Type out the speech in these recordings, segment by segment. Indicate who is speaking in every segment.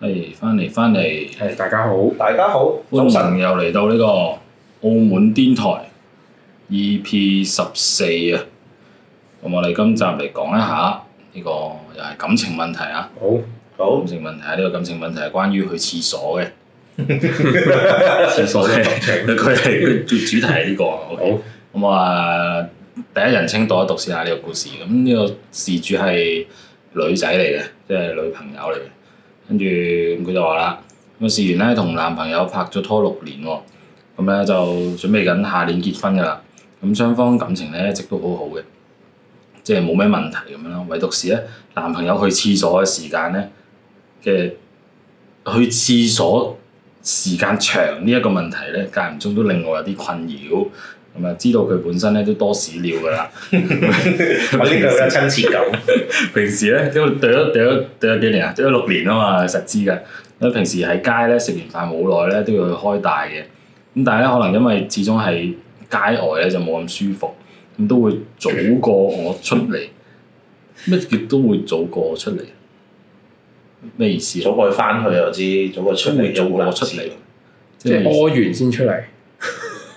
Speaker 1: 係翻嚟翻嚟，
Speaker 2: 誒，大家好，
Speaker 3: 大家好，
Speaker 1: 歡
Speaker 3: 早晨，
Speaker 1: 迎又嚟到呢個澳門電台 EP 十四啊！咁我哋今集嚟講一下呢個又係感情問題啊！
Speaker 2: 好，
Speaker 3: 好
Speaker 1: 感情問題啊，呢個感情問題係關於去廁所 嘅，
Speaker 2: 廁所嘅感情，
Speaker 1: 佢係佢主題係呢個啊。OK
Speaker 2: 好，
Speaker 1: 咁啊，第一人稱讀一讀先啦呢個故事。咁呢個事主係女仔嚟嘅，即係女朋友嚟嘅。跟住咁佢就話啦，咁事緣咧同男朋友拍咗拖六年喎，咁咧就準備緊下年結婚㗎啦。咁雙方感情咧一直都好好嘅，即係冇咩問題咁樣啦。唯獨是咧男朋友去廁所嘅時間咧嘅去廁所時間長呢一個問題咧，間唔中都令我有啲困擾。咁啊，知道佢本身咧都多屎尿㗎啦。
Speaker 3: 我呢度有親切感，
Speaker 1: 平時咧，因為對咗對咗對咗幾年啊，對咗六年啊嘛，實知㗎。咁平時喺街咧食完飯冇耐咧都要去開大嘅，咁但係咧可能因為始終係街外咧就冇咁舒服，咁都會早過我出嚟。咩叫都會早過我出嚟？咩意思啊？
Speaker 3: 早過翻去又知，早過出嚟，
Speaker 1: 早過
Speaker 3: 過
Speaker 1: 出嚟，
Speaker 2: 即
Speaker 1: 即係
Speaker 2: 係屙完先出嚟，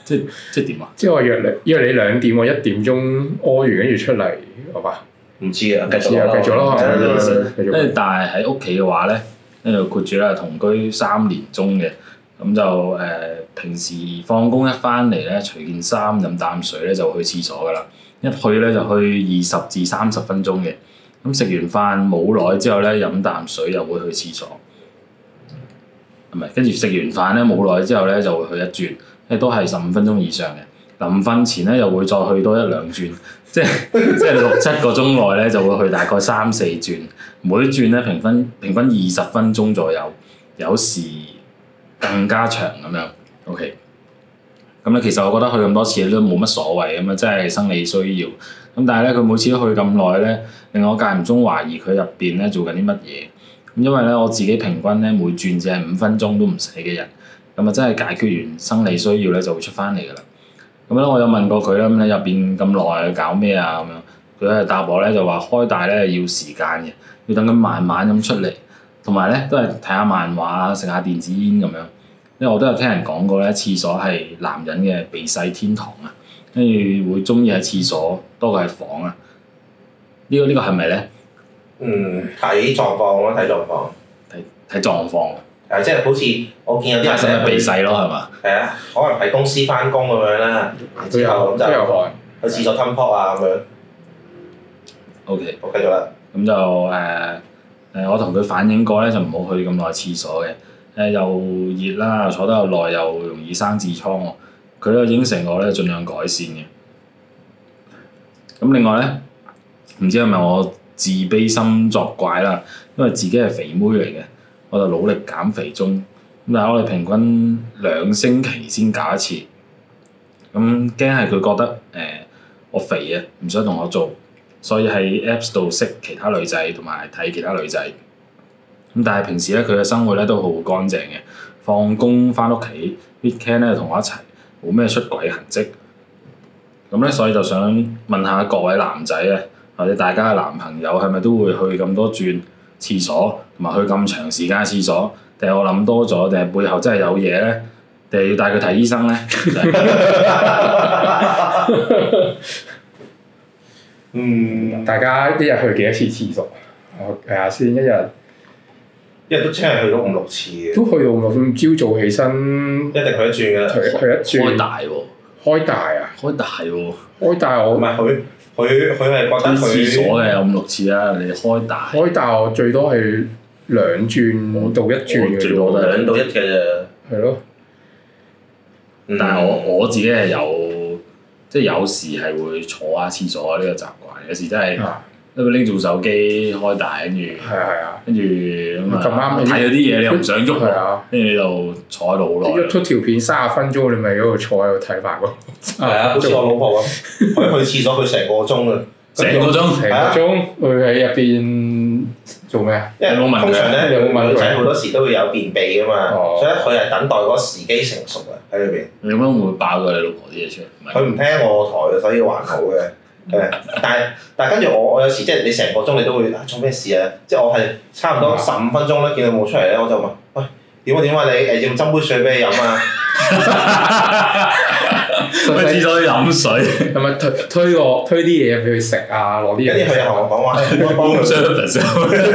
Speaker 1: 即即點啊？
Speaker 2: 即係我約你約你兩點，我一點鐘屙完跟住出嚟，好吧？
Speaker 3: 唔知啊，繼
Speaker 2: 之後
Speaker 3: 續啦，
Speaker 2: 繼續咯，
Speaker 3: 真
Speaker 1: 係
Speaker 3: 係
Speaker 2: 繼
Speaker 1: 跟住
Speaker 2: 續，
Speaker 1: 但係喺屋企嘅話咧，跟住括住啦，同居三年中嘅，咁就誒、呃平時放工一翻嚟咧，除件衫飲啖水咧就去廁所噶啦，一去咧就去二十至三十分鐘嘅，咁食完飯冇耐之後咧飲啖水又會去廁所，係咪？跟住食完飯咧冇耐之後咧就會去一轉，即係都係十五分鐘以上嘅。臨瞓前咧又會再去多一兩轉，即係即係六七個鐘內咧就會去大概三四轉。每一轉咧平均平均二十分鐘左右，有時更加長咁樣。OK，咁咧其實我覺得去咁多次都冇乜所謂咁啊，即係生理需要。咁但係咧佢每次都去咁耐咧，令我間唔中懷疑佢入邊咧做緊啲乜嘢。咁因為咧我自己平均咧每轉只係五分鐘都唔使嘅人，咁啊真係解決完生理需要咧就會出翻嚟㗎啦。咁咧我有問過佢啦，咁你入邊咁耐搞咩啊咁樣？佢係答我咧就話開大咧要時間嘅。要等佢慢慢咁出嚟，同埋咧都係睇下漫畫啊，食下電子煙咁樣。因為我都有聽人講過咧，廁所係男人嘅避世天堂啊，跟住會中意喺廁所多過喺房啊。呢、個呢、個係咪咧？
Speaker 3: 嗯，睇狀況咯，睇狀況，
Speaker 1: 睇睇狀況，
Speaker 3: 誒，即係好似我見
Speaker 1: 睇
Speaker 3: 有啲
Speaker 1: 使唔
Speaker 3: 人
Speaker 1: 使避世咯，係嘛？
Speaker 3: 係啊，可能喺公司翻工咁樣啦，
Speaker 2: 都
Speaker 3: 之後
Speaker 2: 有都有汗，
Speaker 3: 去廁所吞泡啊咁樣，
Speaker 1: OK，
Speaker 3: 我繼續啦，
Speaker 1: 咁就誒誒、呃呃我同佢反映過咧，就唔好去咁耐廁所嘅。誒、又熱啦，坐得又耐又容易生痔瘡喎。佢都應承我咧，盡量改善嘅。咁另外咧，唔知係咪我自卑心作怪啦？因為自己係肥妹嚟嘅，我就努力減肥中。咁但係我哋平均兩星期先搞一次。咁驚係佢覺得誒、呃我肥啊，唔想同我做，所以喺 Apps 度識其他女仔同埋睇其他女仔。咁但係平時咧，佢嘅生活咧都好乾淨嘅，放工翻屋企，weekend 咧同我一齊，冇咩出軌痕跡。咁咧，所以就想問下各位男仔咧，或者大家嘅男朋友係咪都會去咁多轉廁所，同埋去咁長時間嘅廁所？定係我諗多咗？定係背後真係有嘢咧？定係要帶佢睇醫 生咧？
Speaker 3: 嗯，
Speaker 2: 大家一日去幾多次廁所？我睇下先，一日
Speaker 3: 一日都真係去咗五六次嘅，
Speaker 2: 都去到六點，朝早起身
Speaker 3: 一定去一轉㗎
Speaker 2: 去
Speaker 3: 啦，
Speaker 2: 去一
Speaker 1: 開
Speaker 2: 轉，
Speaker 1: 大喎，
Speaker 2: 開大啊！
Speaker 1: 開大喎，
Speaker 2: 開大我
Speaker 3: 唔係佢佢佢係覺
Speaker 1: 去
Speaker 3: 得
Speaker 1: 廁
Speaker 3: 佢
Speaker 1: 所嘅有五六次啦，你開大，
Speaker 2: 開大我最多係兩轉到一轉嘅
Speaker 1: 我
Speaker 2: 啫
Speaker 1: 最多
Speaker 2: 喎，
Speaker 1: 都係
Speaker 3: 兩到一嘅啫，
Speaker 2: 係咯。
Speaker 3: 嗯
Speaker 1: 但係我我自己係有，即係有時係會坐下廁所啊呢個習慣，有時真係
Speaker 2: 啊，
Speaker 1: 因為拎住部手機開大，跟住
Speaker 2: 係啊係啊，
Speaker 1: 跟住咁
Speaker 2: 咁
Speaker 1: 啊
Speaker 2: 啱
Speaker 1: 睇咗啲嘢你又唔想
Speaker 2: 係
Speaker 1: 喐，
Speaker 2: 啊。
Speaker 1: 跟住你就坐喺度好
Speaker 2: 一
Speaker 1: 耐。
Speaker 2: 出條片三十分鐘，你咪喺度坐喺度睇埋咯。
Speaker 3: 係啊，好似我老婆咁，佢去廁所佢成個鐘啊，
Speaker 1: 成個鐘
Speaker 2: 成個鐘佢喺入邊做 咩啊？
Speaker 3: 因為通常咧，
Speaker 2: 有冇問佢
Speaker 3: 女仔好多時都會有便秘噶嘛，
Speaker 2: 哦
Speaker 3: 所以佢係等待嗰個時機成熟啊喺裏邊。
Speaker 1: 你咁樣會爆咗你老婆啲嘢出嚟？唔係
Speaker 3: 佢唔聽我台嘅，所以還好嘅。誒，但係但係跟住我，我有時即係你成個鐘你都會啊做咩事啊？即係我係差唔多十五分鐘咧，見佢冇出嚟咧，我就問喂點啊點啊，你誒要唔斟杯水俾你飲 啊？
Speaker 1: 去廁所飲 水
Speaker 2: 係咪推推個推啲嘢俾佢食啊？攞啲
Speaker 3: 跟
Speaker 2: 嘢
Speaker 3: 住佢又同我講話誒，幫幫
Speaker 1: ，room
Speaker 3: 佢。
Speaker 1: service，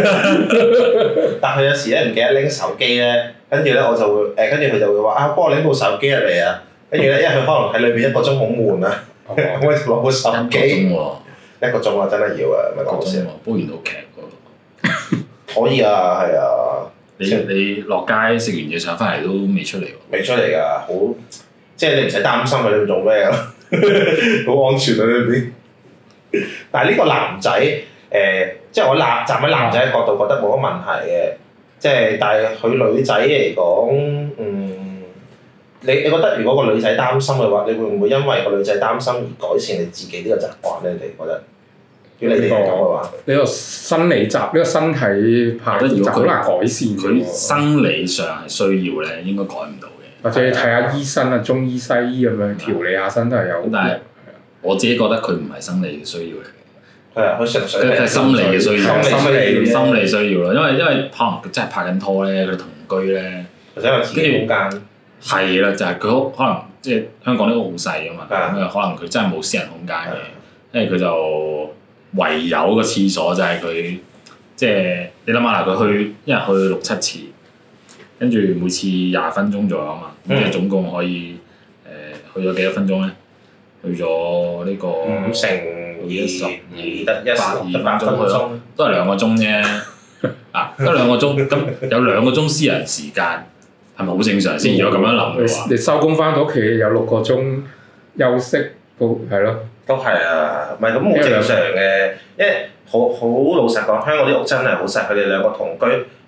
Speaker 1: 啊
Speaker 3: 但佢有時咧唔記得拎手機咧，跟住咧我就會誒，跟住佢就會話啊，幫我拎部手機入嚟啊！跟住咧，因為佢可能喺裏邊一個鐘好悶啊，咁
Speaker 2: 哦
Speaker 3: 我就攞部手
Speaker 1: 一個
Speaker 3: 機
Speaker 1: 鐘喎，
Speaker 3: 一個鐘啊，真係要啊，唔係
Speaker 1: 一個
Speaker 3: 講
Speaker 1: 鐘
Speaker 3: 笑
Speaker 1: 喎，。煲完套劇喎。
Speaker 3: 可以啊，係啊，
Speaker 1: 你你落街食完嘢上翻嚟都未出嚟喎，
Speaker 3: 未出嚟㗎，好即係你唔使擔心佢喺度做咩啊， 好安全啊呢邊。但係呢個男仔誒、即係我男站喺男仔嘅角度覺得冇乜問題嘅，即係但係佢女仔嚟講，嗯，你你覺得如果個女仔擔心嘅話，你會唔會因為個女仔擔心而改善你自己呢個習慣咧？你哋覺得？如果你哋咁嘅話，
Speaker 2: 你個生理習，呢個身體排
Speaker 1: 我覺得
Speaker 2: 習
Speaker 1: 如果佢
Speaker 2: 好難改善
Speaker 1: 佢
Speaker 2: 嘅喎。
Speaker 1: 生理上係需要咧，應該改唔到嘅。
Speaker 2: 或者你睇下醫生啊，中醫西醫咁樣調理下身體有。
Speaker 1: 但係我自己覺得佢唔係生理嘅需要嚟嘅。
Speaker 3: 係啊，佢純粹
Speaker 1: 佢係心理嘅需要，
Speaker 3: 心理需要
Speaker 1: 心理需要咯。因為因為可能佢真係拍緊拖咧，佢同居咧，
Speaker 3: 或者有自己空間。
Speaker 1: 係啦，就係佢可能即係香港呢個好細啊嘛，
Speaker 3: 啊
Speaker 1: 咁啊可能佢真係冇私人空間嘅，因為佢就唯有個廁所就係佢即係你諗下啦，佢去一日去六七次，跟住每次廿分鐘左右啊嘛，咁即係
Speaker 3: 嗯
Speaker 1: 總共可以誒去咗幾多分鐘咧？去咗呢個
Speaker 3: 五成二
Speaker 1: 十
Speaker 3: 十
Speaker 1: 二
Speaker 3: 二得一十得嗯八
Speaker 1: 八
Speaker 3: 分
Speaker 1: 分
Speaker 3: 鐘
Speaker 1: 鐘，都係兩個鐘 啫，啊，得兩個鐘，咁有兩個鐘私人時間係咪好正常
Speaker 2: 哦
Speaker 1: 先？如果咁樣諗嘅話
Speaker 2: 你，你收工翻到屋企有六個鐘休息，都係咯。
Speaker 3: 都係啊，唔係咁好正常嘅，因為好好老實講，香港啲屋真係好細，佢哋兩個同居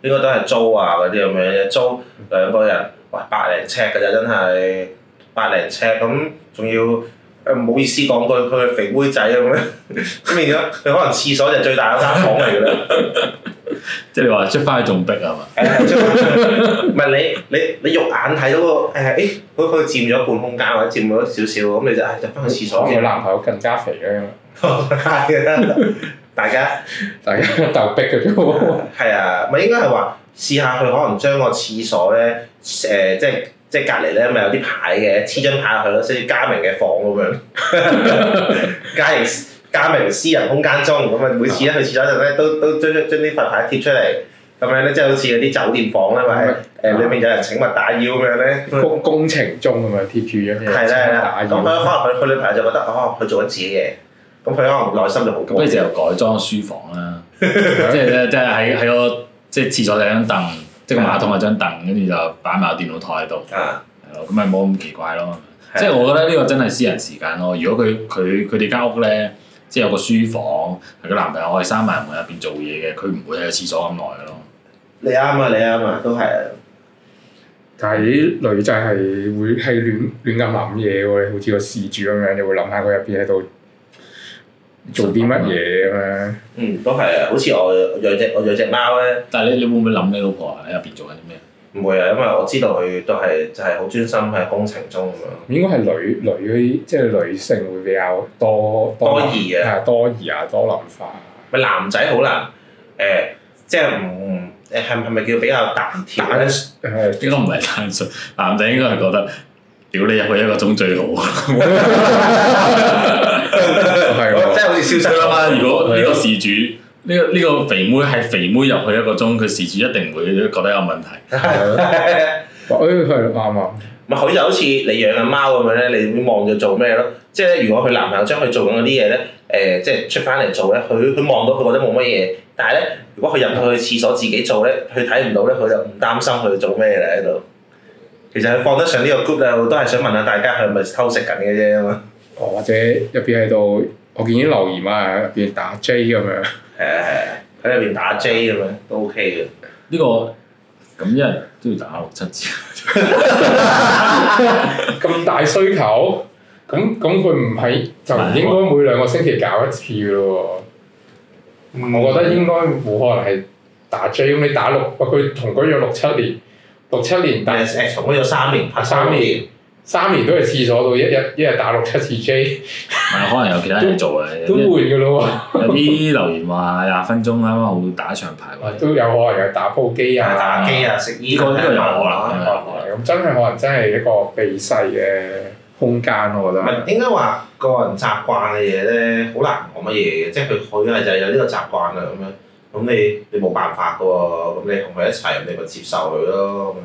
Speaker 3: 應該都係租啊嗰啲咁樣嘅，租兩個人，喂百零尺㗎咋真係百零尺咁，仲要誒唔好意思講句，佢係肥妹仔咁樣，咁變咗佢可能廁所就係最大嗰間房嚟㗎啦。
Speaker 1: 即係你話出翻去仲逼啊係嘛？
Speaker 3: 誒即係唔係你你你肉眼睇到個誒，誒佢佢佔咗半空間或者佔咗少少，咁你就哎誒入翻去廁所
Speaker 2: 可能佢
Speaker 3: 先啦。
Speaker 2: 男朋友更加肥啊咧，
Speaker 3: 大家
Speaker 2: 大家鬥逼嘅啫喎。
Speaker 3: 係啊，咪應該係話試下佢可能將個廁所咧誒、即係即係隔離咧咪有啲牌嘅，黐張牌落去咯，即係加明嘅房咁樣， 加明加明私人空間中咁啊，每次一去廁所就咧都都將將啲佛牌貼出嚟。咁樣咧，即係好似嗰啲酒店房咧，咪誒裏面有人請勿打擾咁樣咧，
Speaker 2: 工工程中咁樣貼住咗嘢，
Speaker 3: 係啦係啦
Speaker 2: 打，
Speaker 3: 咁佢
Speaker 2: 擾。
Speaker 3: 可能佢佢女朋友就覺得哦，佢做緊自己嘢，咁佢可能內心就好高
Speaker 1: 咁。你就改裝書房啦，即係咧，即係喺喺個即係廁所有張凳，即係個馬桶有張凳，跟住就擺埋個電腦台喺度，
Speaker 3: 啊，
Speaker 1: 係咯，咁咪冇咁奇怪咯。
Speaker 3: 係
Speaker 1: 即係我覺得呢個真係私人時間咯。如果佢佢佢哋間屋咧，即係有個書房，係個男朋友可以閂埋門入邊做嘢嘅，佢唔會喺個廁所咁耐嘅咯。
Speaker 3: 你啱啊，你啱啊，都係啊。
Speaker 2: 但係啲女仔係會係亂亂咁諗嘢喎，好似個事主咁樣，你會諗下佢入邊喺度做啲乜嘢咁樣。
Speaker 3: 嗯，都係啊，好似我養只我養只貓咧，
Speaker 1: 但係你你會唔會諗你老婆喺入邊做緊啲咩？
Speaker 3: 唔會啊，因為我知道佢都係就係好專心喺工程中咁樣。
Speaker 2: 應該係女女嗰啲，即係女性會比較多
Speaker 3: 多疑啊
Speaker 2: 係多疑啊，多諗法。
Speaker 3: 咪男仔好難誒、即係唔誒係係咪叫比較大條咧？
Speaker 2: 係
Speaker 1: 應該唔係 單純，男仔應該係覺得屌你入去一個鐘最好。
Speaker 2: 係喎
Speaker 3: 即係好似消
Speaker 1: 你
Speaker 3: 失
Speaker 1: 諗
Speaker 3: 咗。
Speaker 1: 下，啊如果呢個事主呢、個呢、個肥妹係肥妹入去一個鐘，佢事主一定會覺得有問題。
Speaker 2: 係咯， 誒係啱啊，
Speaker 3: 咪佢就好似你養嘅貓咁樣咧，你會望住做咩咯？即係咧，如果佢男朋友將佢做緊嗰啲嘢咧，誒、即係出翻嚟做咧，佢佢望到佢覺得冇乜嘢，但係咧，如果佢入去廁所自己做咧，佢睇唔到咧，佢就唔擔心佢做咩啦喺度。其實佢放得上呢個 group 咧，我都係想問下大家佢係咪偷食緊嘅啫啊嘛。
Speaker 2: 哦或者入邊喺度，我見啲留言啊，入邊打 J 咁樣。
Speaker 3: 係啊係啊，喺入邊打 J 咁樣都 OK 嘅。
Speaker 1: 呢、個咁一日都要打六七次，
Speaker 2: 咁大需求，咁咁佢唔係就唔應該每兩個星期搞一次嘅咯喎。我覺得應該冇可能係打 J，咁你打六，佢同居咗六七年，六七年打
Speaker 3: 但係誒，從嗰咗三年，拍
Speaker 2: 三年，三年都係廁所度一日一日打六七次 J
Speaker 1: 係可能有其他嘢做啊。
Speaker 2: 都
Speaker 1: 有啲
Speaker 2: 換㗎咯
Speaker 1: 有啲留言話廿分鐘啱啊啱好打一場排位，
Speaker 2: 喎，都有可能有打鋪機啊，
Speaker 3: 打機啊，食
Speaker 1: 呢
Speaker 3: 煙
Speaker 1: 個呢個有可
Speaker 3: 啊
Speaker 1: 能嘅。
Speaker 2: 咁真係可能真係一個避世嘅空間咯，我覺
Speaker 3: 唔係
Speaker 2: 得。
Speaker 3: 應該話個人習慣嘅嘢咧，好難講乜嘢嘅，即係佢佢係就係有呢個習慣啦咁樣。咁你你冇辦法噶喎，咁你同佢一齊，你咪接受佢咯。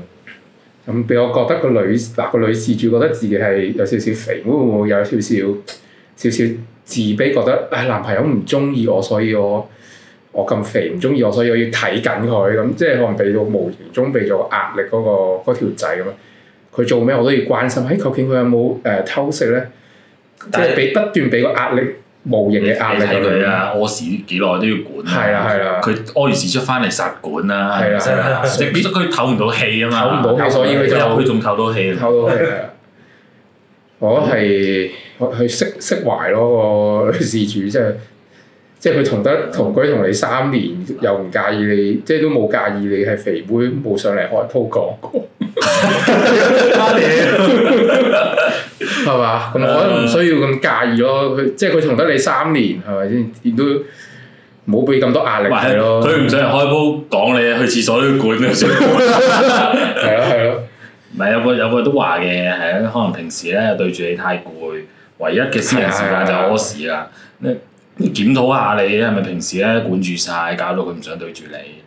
Speaker 2: 咁俾我覺得個女嗱個女事主覺得自己係有少少肥，會唔會有少少少少自卑，覺得唉男朋友唔中意我，所以我我咁肥唔中意我，所以我要睇緊佢咁，即係可能俾到無形中俾咗壓力嗰、個嗰條仔咁樣。佢做咩我都要關心，哎唉、究竟佢有冇誒、呃偷食咧？即
Speaker 1: 但係
Speaker 2: 係俾不斷俾個壓力，無形嘅壓力
Speaker 1: 你睇
Speaker 2: 咁
Speaker 1: 佢
Speaker 2: 樣。
Speaker 1: 啊，屙屎幾耐都要管。啊
Speaker 2: 係啦係啦。
Speaker 1: 佢屙完屎出翻嚟殺管啦，
Speaker 2: 係啦
Speaker 1: 係啊咪先即係變咗佢唞唔到氣啊嘛，
Speaker 2: 唞唔到氣所以佢就
Speaker 1: 佢仲唞到氣。
Speaker 2: 偷到佢啊！我係我去釋釋懷咯個女事主，即係即係佢同得同居同你三年，又唔介意你，即係都冇介意你係肥妹，冇上嚟開鋪講過，係嘛？咁我覺得唔需要咁介意咯。佢即係佢同得你三年，係咪先？亦都唔好俾咁多壓力
Speaker 1: 喂
Speaker 2: 佢咯。
Speaker 1: 佢唔想人開鋪講你，去廁所都要管佢先。
Speaker 2: 係咯係咯，
Speaker 1: 唔係有個有個都話嘅，係啊，可能平時咧對住你太攰，唯一嘅私人時間就係屙屎啦。你你檢討下你係咪平時咧管住晒，搞到佢唔想對住你？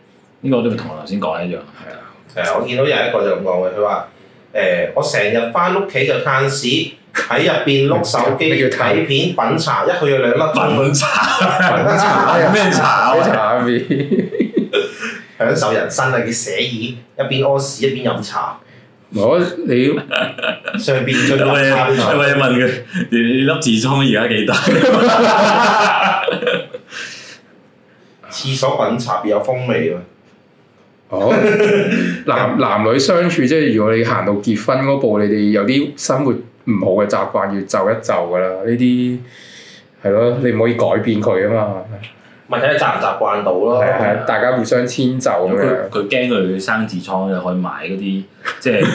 Speaker 1: 呢個都同我頭先講一樣。啊
Speaker 3: 啊誒，我見到有一個就咁講嘅，佢話誒，我成日翻屋企就攤屎，喺入邊碌手 機
Speaker 2: 咩叫攤
Speaker 3: 睇片品茶，一去就兩粒鐘，
Speaker 1: 粉茶，粉茶咩 茶
Speaker 2: 好
Speaker 1: 啊？
Speaker 2: 慘啲。
Speaker 3: 享受人生啊！幾寫意，一邊屙屎一邊飲茶，
Speaker 2: 我你
Speaker 3: 上邊樽
Speaker 1: 有冇
Speaker 3: 飲茶
Speaker 1: 嘢有冇嘢問佢？你你粒痔瘡而家幾大？
Speaker 3: 廁所品茶別有風味喎。
Speaker 2: 哦，男男女相處，即係如果你行到結婚嗰步，你哋有啲生活唔好嘅習慣要就一就噶啦。呢啲係咯，你唔可以改變佢啊嘛。
Speaker 3: 咪睇你習唔習慣到咯。
Speaker 2: 係啊係啊，大家互相遷就咁
Speaker 1: 佢
Speaker 2: 樣。
Speaker 1: 佢驚佢生痔瘡，就可以買嗰啲即係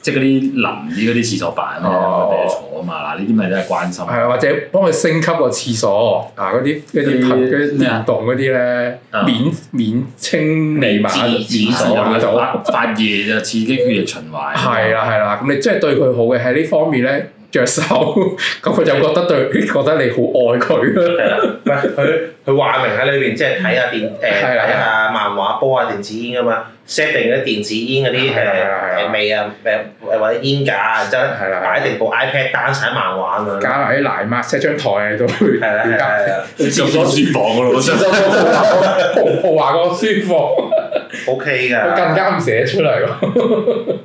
Speaker 1: 即係嗰啲淋啲嗰啲廁所板咧，
Speaker 2: 哦
Speaker 1: 俾佢坐啊嘛。嗱，呢啲咪真係關心。
Speaker 2: 係啊，或者幫佢升級個廁所啊，嗰啲嗰啲
Speaker 1: 嗰啲
Speaker 2: 頻嗰啲
Speaker 1: 咩啊
Speaker 2: 電動嗰啲咧，
Speaker 1: 啊
Speaker 2: 免免清理馬
Speaker 3: 免治
Speaker 2: 免治
Speaker 1: 有
Speaker 2: 馬
Speaker 1: 嘅
Speaker 2: 桶。
Speaker 1: 發發熱就刺激血液循環。啊
Speaker 2: 係啊啦係啦，咁你即係對佢好嘅喺呢方面咧着手， 咁佢就覺得對 覺得你好愛 佢啦。
Speaker 3: 係啦，唔係佢佢話明喺裏邊，即係睇下電誒
Speaker 2: 嗯係啦
Speaker 3: 睇下漫畫、煲下電子煙噶嘛，set 定啲電子煙嗰啲
Speaker 2: 係啦係啦係
Speaker 3: 誒
Speaker 2: 啦
Speaker 3: 誒味啊誒誒或者煙架啊，然之後
Speaker 2: 係啦係啦
Speaker 3: 擺定部 iPad 單睇漫畫咁樣咯。
Speaker 2: 加埋啲奶媽 set 張台喺度，
Speaker 3: 係啦係啦係啦
Speaker 1: 咁多書房噶 咯，真係
Speaker 2: 豪豪華過書房，
Speaker 3: ，OK 㗎。
Speaker 2: 我更加唔寫出嚟咯。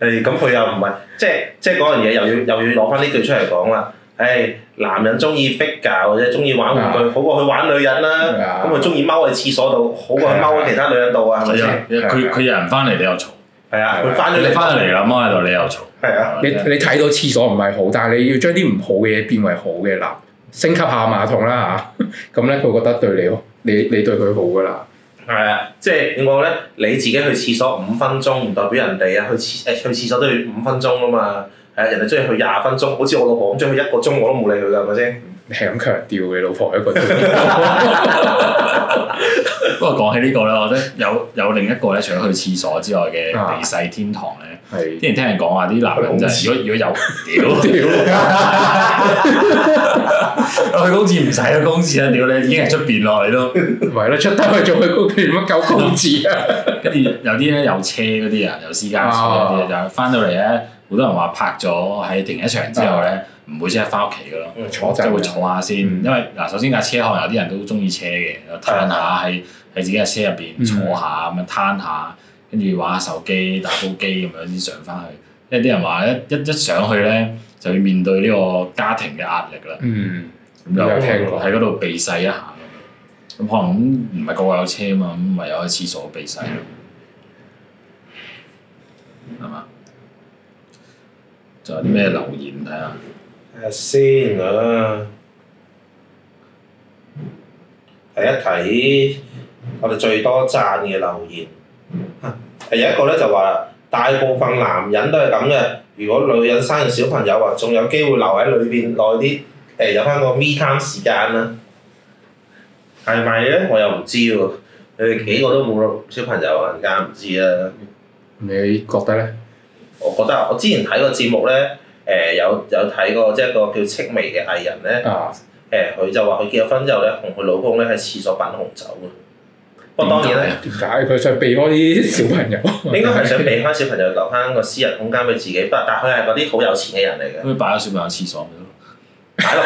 Speaker 3: 誒咁佢又唔係，即係即係嗰樣嘢又要又要攞翻呢句出嚟講啦。誒、男人中意 figure 或者中意玩
Speaker 2: 啊
Speaker 3: 玩具，好過去玩女人
Speaker 2: 係
Speaker 3: 啦
Speaker 2: 啊。
Speaker 3: 咁佢中意踎喺廁所度，好過去踎喺其他女人度啊，係咪
Speaker 1: 係
Speaker 3: 先？
Speaker 1: 啊！佢佢有人翻嚟，你又嘈；
Speaker 3: 係啊，佢翻咗
Speaker 1: 你
Speaker 3: 嚟，
Speaker 1: 翻嚟啦，媽喺度，你又嘈。
Speaker 3: 係啊，
Speaker 2: 你你睇到廁所唔係好，但係你要將啲唔好嘅嘢變為好嘅啦，升級下馬桶啦嚇。咁咧佢覺得對你好，你你對佢好噶啦。
Speaker 3: 係啊，即係點講咧？你自己去廁所五分鐘，唔代表人哋啊去廁誒去廁所都要五分鐘啊嘛。係啊，人哋中意去廿分鐘，好似我老婆咁中意去一個鐘，我都冇理佢㗎，係咪先？
Speaker 2: 你係咁強調你老婆一個鐘，
Speaker 1: 不過講起呢個咧，我覺得有有另一個咧，除咗去廁所之外嘅
Speaker 2: 啊
Speaker 1: 地勢天堂咧，之
Speaker 2: 係
Speaker 1: 前聽人講話啲男人真係，如果如果有 屌。
Speaker 2: 屌
Speaker 1: 去公廁唔使去公廁啦，啊屌你已經係出邊咯，你都跟
Speaker 2: 唔係啦，出得去做佢公佢乜狗公字啊？
Speaker 1: 住有啲咧有車嗰啲啊，有私家車嗰啲啊就翻到嚟咧，好多人話拍咗喺停車場之後咧，唔會即刻翻屋企噶咯，
Speaker 3: 嗯
Speaker 2: 坐
Speaker 1: 即係
Speaker 2: 陣
Speaker 1: 會坐下先。因為嗱，首先架車可能有啲人都中意車嘅，攤下喺喺自己嘅車入邊
Speaker 2: 嗯
Speaker 1: 坐下咁樣攤下，跟住玩下手機、打煲機咁樣先上翻去。因為啲人話一一一上去咧，就要面對呢個家庭嘅壓力啦。
Speaker 2: 嗯，
Speaker 1: 咁就
Speaker 2: 有聽過
Speaker 1: 喺嗰度避世一下咁樣。咁可能唔係個個有車嘛，咁唯有喺廁所避世咯，係嘛？仲有啲咩留言睇下？
Speaker 3: 睇下先啊！睇一睇我哋最多讚嘅留言，啊有一個咧就話大部分男人都係咁嘅，如果女人生嘅小朋友啊，仲有機會留喺裏邊耐啲，誒、有翻個 me time 時間啦。係咪咧？我又唔知喎。你哋幾個都冇小朋友啊，更加唔知啦。
Speaker 2: 你覺得咧？
Speaker 3: 我覺得我之前睇個節目咧，誒、有有睇過即係一個叫戚薇嘅藝人咧，
Speaker 2: 啊，
Speaker 3: 誒、佢就話佢結咗婚之後咧，同佢老公咧喺廁所品紅酒嘅。不過當 然
Speaker 1: 啊
Speaker 3: 咧，
Speaker 2: 點解佢想避開啲小朋友？
Speaker 3: 應該係想俾翻小朋友留翻個私人空間俾自 己，不但佢係嗰啲好有錢嘅人嚟嘅，
Speaker 1: 咁佢擺咗小朋友喺廁所咪得咯。
Speaker 3: 擺落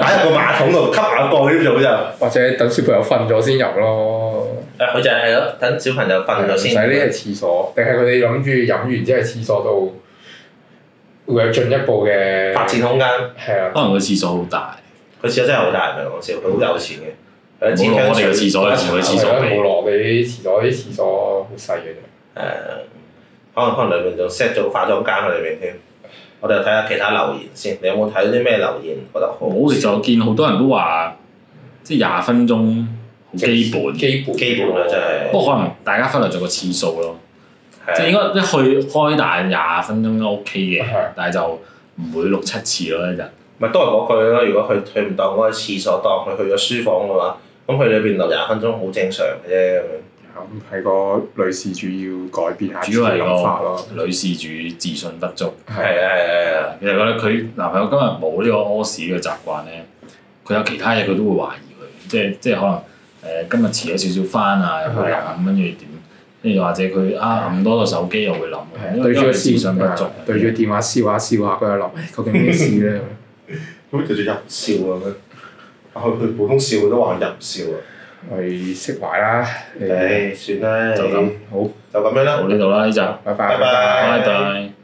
Speaker 3: 擺入個馬桶度吸下蓋添做就，誒、
Speaker 2: 或者等小朋友瞓咗先入咯，
Speaker 3: 佢就係咯，等小朋友瞓咗
Speaker 2: 唔使
Speaker 3: 先。
Speaker 2: 匿喺廁所，定係佢哋諗住飲完之後喺廁所度會有進一步嘅
Speaker 3: 發展空間，
Speaker 2: 係啊，
Speaker 1: 可能個廁所好大，
Speaker 3: 佢廁所真係好大，唔係講笑，佢好有錢嘅。
Speaker 1: 唔好攞我哋嘅廁所嚟同佢廁所比
Speaker 2: 係啊冇落你啲廁所，啲廁所好細嘅啫。
Speaker 3: 誒、可能可能裏面仲 set 咗化妝間喺裏面添。我哋又睇下其他留言先，你有冇睇到啲咩留言覺得好？
Speaker 1: 我其實我見好多人都話，即係廿分鐘好基本，
Speaker 2: 基本
Speaker 3: 基本啦真係
Speaker 1: 不過可能大家忽略咗個次數咯。哦即係應
Speaker 3: 係啊
Speaker 1: 該一去開大廿分鐘都 OK 嘅
Speaker 2: 係，
Speaker 1: 但係就唔會六七次咯一日。
Speaker 3: 咪都係嗰句咯。如果佢佢唔當嗰個廁所當佢去咗書房嘅話，咁佢裏邊留廿分鐘好正常嘅啫咁樣。
Speaker 2: 咁係個女事主要改變下自己
Speaker 1: 主要係
Speaker 2: 諗法咯。
Speaker 1: 個女事主自信不足，
Speaker 2: 係
Speaker 3: 係啊係啊
Speaker 1: 其實覺得佢男朋友今日冇呢個屙屎嘅習慣咧，佢有其他嘢佢都會懷疑佢，即係即係可能誒、呃今日遲咗少少翻啊，又會
Speaker 2: 係
Speaker 1: 諗跟住點，跟住或者佢啊撳多個手機又會諗，因為
Speaker 2: 對
Speaker 1: 因
Speaker 2: 住
Speaker 1: 為佢
Speaker 2: 個
Speaker 1: 自信不足
Speaker 2: 線，，對住個電話笑下笑下，佢又諗唉究竟咩事 咧？
Speaker 3: 係啊，咁繼續入笑咁樣。佢佢普通笑佢都話入笑啊！
Speaker 2: 係釋懷啦。誒
Speaker 3: 唉，算啦，
Speaker 1: 就咁
Speaker 3: 你
Speaker 2: 好，
Speaker 3: 就咁樣啦
Speaker 1: 啊到。呢度啦呢集，
Speaker 2: 拜
Speaker 3: 拜
Speaker 2: 拜。
Speaker 3: 拜
Speaker 1: 拜拜。